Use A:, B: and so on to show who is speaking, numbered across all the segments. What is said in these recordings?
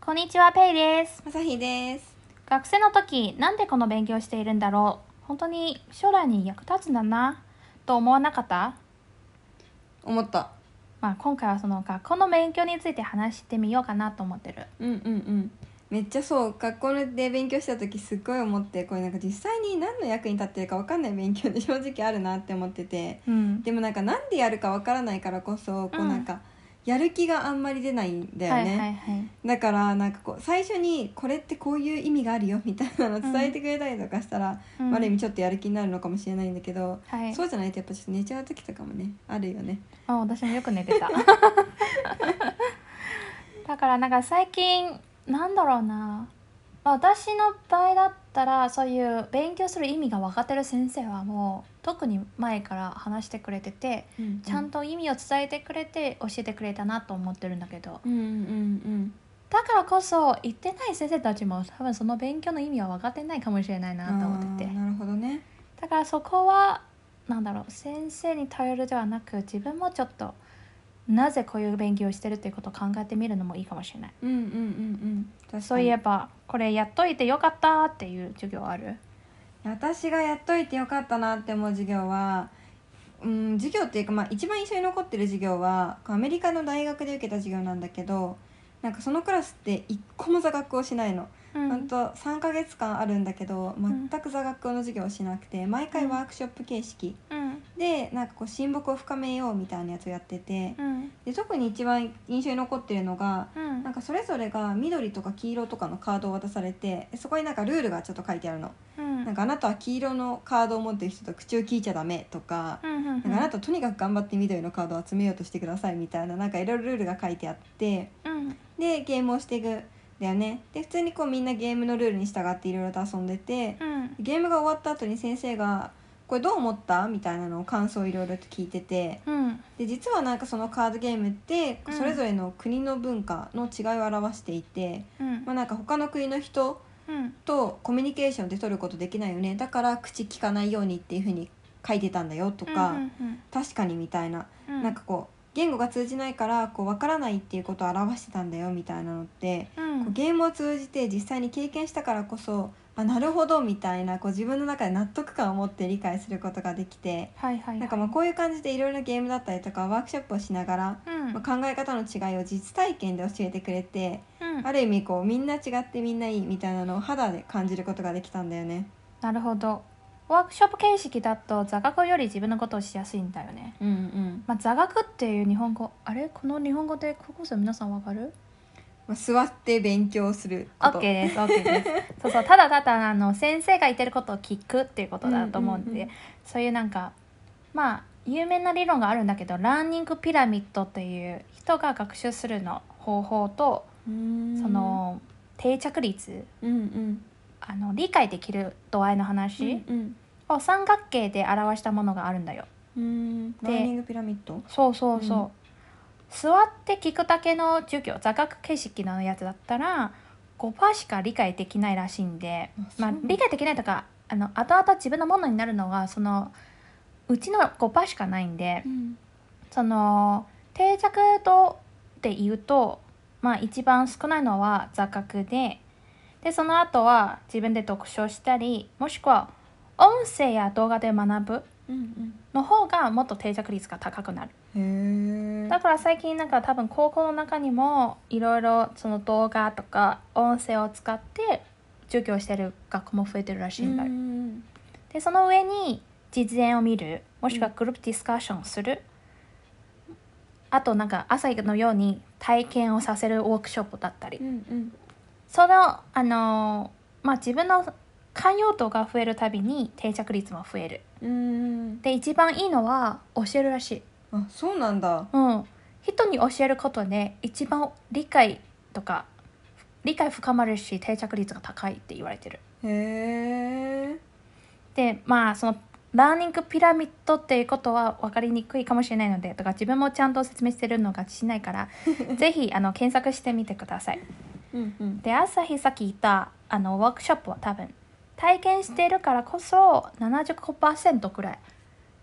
A: こんにちは、ペイです。
B: まさひです。
A: 学生の時、なんでこの勉強しているんだろう。本当に将来に役立つんだな、と思わなかった
B: 思った。
A: まあ今回はその学校の勉強について話してみようかなと思ってる。
B: うんうんうん。めっちゃそう学校で勉強してた時すっごい思ってこれなんか実際に何の役に立ってるか分かんない勉強で 正直あるなって思ってて
A: うん。
B: でもなんかなんでやるか分からないからこそこ
A: う
B: うんなんかやる気があんまり出ないんだよね、
A: はいはいはい。
B: だからなんかこう最初にこれってこういう意味があるよみ たいなの伝えてくれたりとかしたら、
A: うん
B: ある意味ちょっとやる気になるのかもしれないんだけど、
A: はい。
B: そうじゃないとやっぱちょっと寝ちゃう時とかもねあるよね。
A: あ私もよく寝て ただからなんか最近なんだろうなまあ私の場合だったらそういう勉強する意味が分かってる先生はもう特に前から話してくれててちゃん
B: と、
A: と意味を伝えてくれて教えてくれたなと思ってるんだけど
B: うんうんうん、
A: だからこそ言ってない先生たちも多分その勉強の意味は分かってないかもしれないなと思って
B: あ
A: て
B: ーなるほどね
A: だからそこはなんだろう先生に頼るではなく自分もちょっとなぜこういう勉強をしてるっていうことを考えてみるのもいいかもしれない、
B: うんうんうんうん確かに
A: そういえばこれやっといてよかったっていう授業ある
B: 私がやっといてよかったなって思う授業はうん授業っていうか、まあ、一番印象に残ってる授業はアメリカの大学で受けた授業なんだけどなんかそのクラスって一個も座学をしないの、
A: うん
B: ほんと3ヶ月間あるんだけど
A: ん
B: 全く座学の授業をしなくて毎回ワークショップ形式
A: うん
B: でなんかこう親睦を深めようみたいなやつをやってて
A: うん
B: で特に一番印象に残ってるのが
A: うん
B: なんかそれぞれが緑とか黄色とかのカードを渡されてそこになんかルールがちょっと書いてあるの
A: うん
B: なんかあなたは黄色のカードを持ってる人と口を聞いちゃダメとか
A: うんうん
B: なんかあなたとにかく頑張って緑のカードを集めようとしてくださいみたいななんかいろいろルールが書いてあって
A: うん
B: でゲームをしていくんだよねで普通にこうみんなゲームのルールに従っていろいろと遊んでて
A: うん
B: ゲームが終わった後に先生が「これどう思った?」みたいなのを感想をいろいろと聞いてて
A: うん
B: で実はなんかそのカードゲームって
A: うん
B: それぞれの国の文化の違いを表していて、
A: うん
B: まあ、なんか他の国の人
A: うん
B: とコミュニケーションって取ることできないよねだから口利かないようにっていうふうに書いてたんだよとか、
A: うんうん
B: 確かにみたいな、
A: うん
B: なんかこう言語が通じないからこう分からないっていうことを表してたんだよみたいなのって、
A: うん
B: こうゲームを通じて実際に経験したからこそあなるほどみたいなこう自分の中で納得感を持って理解することができて
A: はいはいはい
B: なんかまあこういう感じでいろいろなゲームだったりとかワークショップをしながら、
A: うん
B: まあ、考え方の違いを実体験で教えてくれて。
A: うん
B: ある意味こうみんな違ってみんないいみたいなのを肌で感じることができたんだよね。
A: なるほどワークショップ形式だと座学より自分のことをしやすいんだよね
B: うんうん。
A: まあ、座学っていう日本語あれこの日本語で高校生の皆さんわかる
B: まあ、座って勉強する
A: オ
B: こ
A: ッ
B: と。
A: ケーですオッケーです そうそうただただあの先生が言ってることを聞くっていうことだと思うんで、
B: うんうんうん
A: そういうなんかまあ有名な理論があるんだけどラーニングピラミッドっていう人が学習するの方法と
B: そ
A: そ。の定着率
B: うんうん。
A: あの理解できる度合いの話
B: うん
A: を三角形で表したものがあるんだよ。
B: うん。ラーニングピラミッド。
A: そうそうそう、
B: うん
A: 座って聞くだけの授業座学形式のやつだったら5%しか理解できないらしいんで
B: あそう
A: ま
B: な
A: あ
B: んだ
A: 理解できないとかあの後々自分のものになるのがそのうちの5%しかないんで
B: うん。
A: その定着度で言うとまあ一番少ないのは座学ででその後は自分で読書したりもしくは音声や動画で学ぶ
B: うん
A: の方がもっと定着率が高くなる。
B: うん。へえ
A: だ。から最近なんか多分高校の中にもいろいろその動画とか音声を使って授業してる学校も増えてるらしいんだよ、
B: ん。
A: でその上に実演を見るもしくはグループディスカッションをする、あとなんか朝のように体験をさせるワークショップだったり、
B: うんうん。
A: そのあのーまあ自分の寛容度が増えるたびに定着率も増える
B: うん。
A: で一番いいのは教えるらしい
B: あ、そうなんだ。
A: うん、人に教えることで一番理解とか理解深まるし定着率が高いって言われてる
B: へえ。
A: でまあそのラーニングピラミッドっていうことは分かりにくいかもしれないのでとか自分もちゃんと説明してるのがしないから ぜひあの検索してみてください
B: うんうん。
A: で朝日さっき言ったあのワークショップは多分体験しているからこそ75%くらい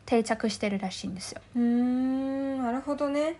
A: 定着してるらしいんですよ
B: うーん。なるほどね。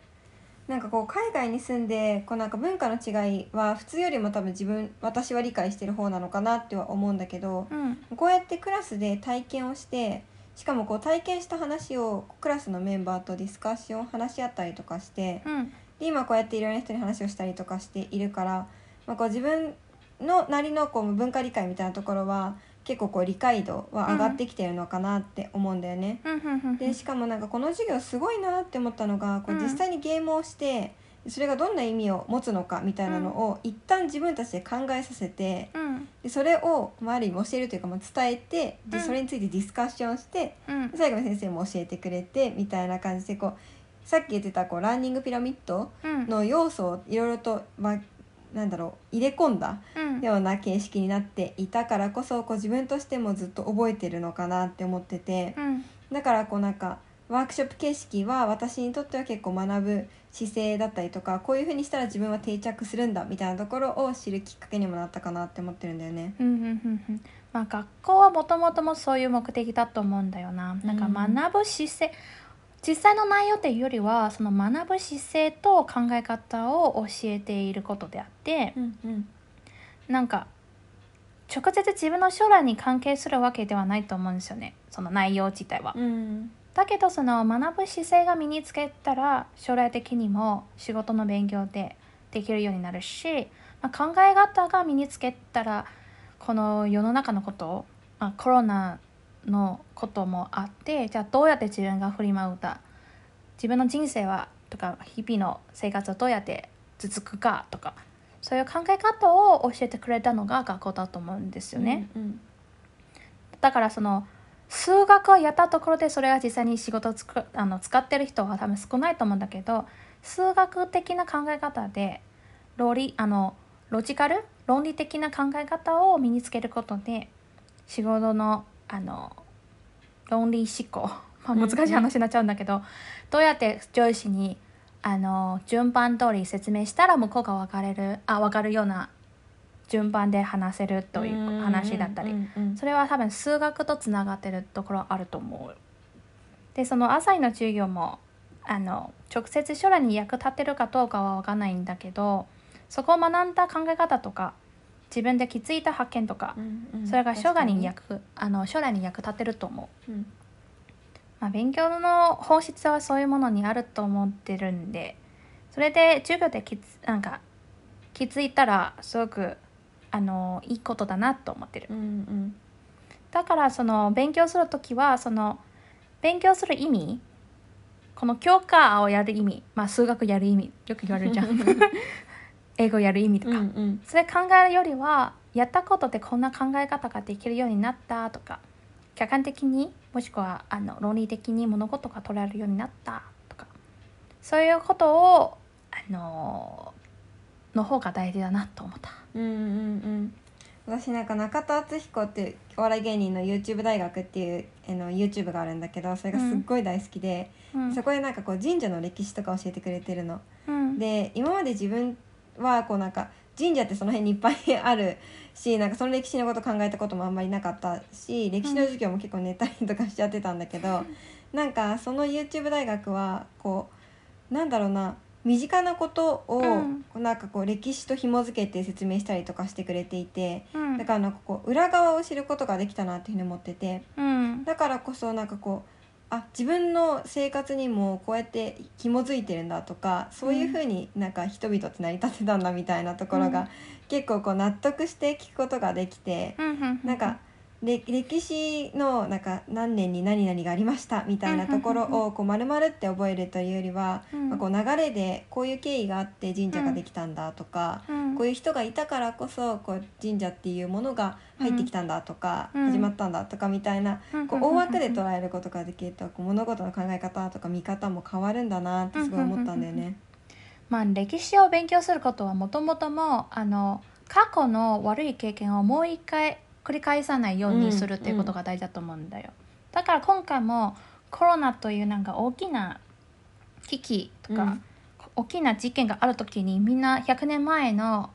B: なんかこう海外に住んでこうなんか文化の違いは普通よりも多分自分私は理解してる方なのかなっては思うんだけど
A: うん
B: こうやってクラスで体験をしてしかもこう体験した話をクラスのメンバーとディスカッション話し合ったりとかして
A: うん
B: で今こうやっていろんな人に話をしたりとかしているから、まあ、こう自分のなりのこう文化理解みたいなところは結構こう理解度は上がってきてるのかなって思うんだよね。
A: うんうんうん
B: でしかもなんかこの授業すごいなって思ったのがこう
A: うん
B: 実際にゲームをしてそれがどんな意味を持つのかみたいなのを一旦自分たちで考えさせて
A: うん
B: でそれを周りにも教えるというかまあ伝えてで
A: うん
B: それについてディスカッションして
A: うん
B: 最後に先生も教えてくれてみたいな感じでこうさっき言ってたこうランニングピラミッド
A: うん
B: の要素をいろいろと、まあ、なんだろう入れ込んだ
A: うん
B: ような形式になっていたからこそこう自分としてもずっと覚えてるのかなって思ってて。
A: うん
B: だからこうなんかワークショップ形式は私にとっては結構学ぶ姿勢だったりとかこういうふうにしたら自分は定着するんだみたいなところを知るきっかけにもなったかなって思ってるんだよね。
A: うんうんうんうんまあ学校はもともともそういう目的だと思うんだよな。なんか
B: うん
A: 学ぶ姿勢、実際の内容っていうよりはその学ぶ姿勢と考え方を教えていることであって
B: うんうん
A: なんか直接自分の将来に関係するわけではないと思うんですよねその内容自体は。
B: うん
A: だけどその学ぶ姿勢が身につけたら将来的にも仕事の勉強でできるようになるし、まあ、考え方が身につけたらこの世の中のことを、まあ、コロナのこともあってじゃあどうやって自分が振りまうか自分の人生はとか日々の生活はどうやって続くかとかそういう考え方を教えてくれたのが学校だと思うんですよね。
B: うん
A: だからその数学をやったところでそれが実際に仕事をつくあの使ってる人は多分少ないと思うんだけど数学的な考え方でロリあのロジカル論理的な考え方を身につけることで仕事のあの論理思考、 まあ、
B: うんうん
A: 難しい話になっちゃうんだけど、どうやって上司にあの順番通り説明したら向こうが分かれるあ分かるような順番で話せるという話だったり
B: うんうん
A: それは多分数学とつながってるところあると思うでその朝日の授業もあの直接将来に役立てるかどうかは分かんないんだけどそこを学んだ考え方とか自分で気づいた発見とか
B: うんうん
A: それが将来に役あの将来に役立てると思う、
B: うん
A: まあ、勉強の本質はそういうものにあると思ってるんでそれで授業できつなんか気づいたらすごくあのいいことだなと思ってる
B: うんうん
A: だからその勉強する時はその勉強する意味この教科をやる意味、まあ、数学やる意味よく言われるじゃん英語やる意味と
B: うん
A: か、
B: うん
A: それ考えるよりはやったことでこんな考え方ができるようになったとか客観的にもしくはあの論理的に物事が捉えるようになったとかそういうことをあのの方が大事だなと思った。
B: うんうんうん私なんか中田敦彦っていうお笑い芸人の YouTube 大学っていうあの YouTube があるんだけどそれがすっごい大好きで、
A: うん
B: そこでなんかこう神社の歴史とか教えてくれてるの。
A: うん
B: で今まで自分はこうなんか神社ってその辺にいっぱいあるしなんかその歴史のこと考えたこともあんまりなかったし歴史の授業も結構寝たりとかしちゃってたんだけど、なんかその YouTube 大学はこうなんだろうな身近なことを、
A: うん
B: なんかこう歴史と紐付けて説明したりとかしてくれていて
A: うん
B: だからなんかこう裏側を知ることができたなっていうふうに思ってて。
A: うん
B: だからこそなんかこうあ自分の生活にもこうやって紐づいてるんだとかそういうふうになんか人々って成り立てたんだみたいなところが、
A: うん
B: 結構こう納得して聞くことができて、
A: うんうん
B: なんかれ歴史のなんか何年に何々がありましたみたいなところをこう丸々って覚えるというよりは、
A: うん
B: まあこう流れでこういう経緯があって神社ができたんだとか。
A: うん
B: こういう人がいたからこそこう神社っていうものが入ってきたんだとか、
A: うん
B: 始まったんだとかみたいな、
A: うん
B: こう大枠で捉えることができるとこう物事の考え方とか見方も変わるんだなってすごい思ったんだよね。
A: まあ、歴史を勉強することはもともともあの過去の悪い経験をもう一回繰り返さないようにするっていうことが大事だと思うんだよ、だから今回もコロナというなんか大きな危機とか、
B: うん
A: 大きな事件がある時にみんな100年前の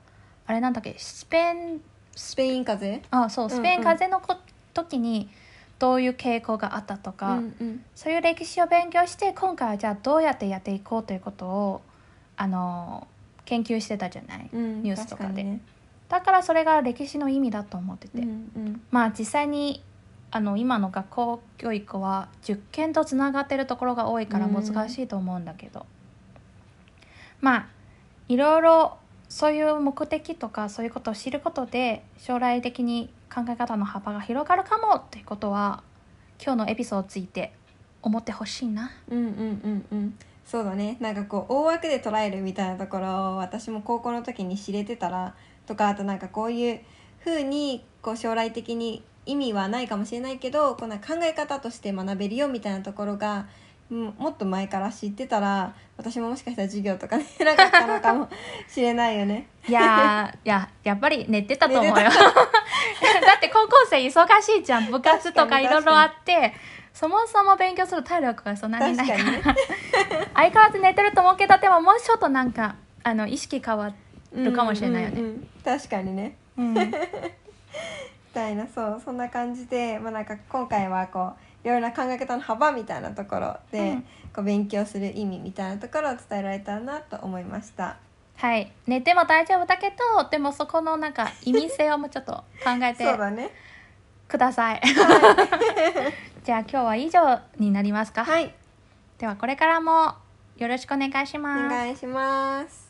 A: あれなんだっけスペイン
B: スペイン風邪
A: あそうスペイン風邪のこ、時にどういう傾向があったとか、
B: うんうん
A: そういう歴史を勉強して今回はじゃあどうやってやっていこうということをあの研究してたじゃない、
B: うん
A: ニュースとかで
B: 確にね
A: だからそれが歴史の意味だと思ってて、
B: うんうん
A: まあ実際にあの今の学校教育は受験とつながってるところが多いから
B: うん
A: 難しいと思うんだけど、まあいろいろそういう目的とかそういうことを知ることで将来的に考え方の幅が広がるかもっていうことは今日のエピソードについて思ってほしいな。
B: うんうんうんうんそうだねなんかこう大枠で捉えるみたいなところを私も高校の時に知れてたらとかあとなんかこういうふうにこう将来的に意味はないかもしれないけどこんな考え方として学べるよみたいなところがうんもっと前から知ってたら私ももしかしたら授業とかねなかったのかもしれないよね。
A: いやーいややっぱり寝てたと思うよだ
B: 寝 て
A: って高校生忙しいじゃん部活と
B: 確
A: か
B: かに
A: いろいろあってそもそも勉強する体力がそんなに
B: 確
A: な
B: か
A: い
B: に
A: から
B: ね。
A: 相変わらず寝てると思うけどでももうちょっとなんかあの意識変わ るかもしれないよね
B: うんうんうん確かにね。
A: うん、
B: みたいなそうそんな感じで、まあ、なんか今回はこういろいろな考え方の幅みたいなところで、
A: うん
B: こう勉強する意味みたいなところを伝えられたらなと思いました
A: はい寝ても大丈夫だけどでもそこのなんか意味性をもうちょっと考え
B: そ
A: て
B: うだね
A: ください じゃあ今日は以上になりますか、
B: はい
A: ではこれからもよろしくお願いし
B: お
A: ます
B: 願いします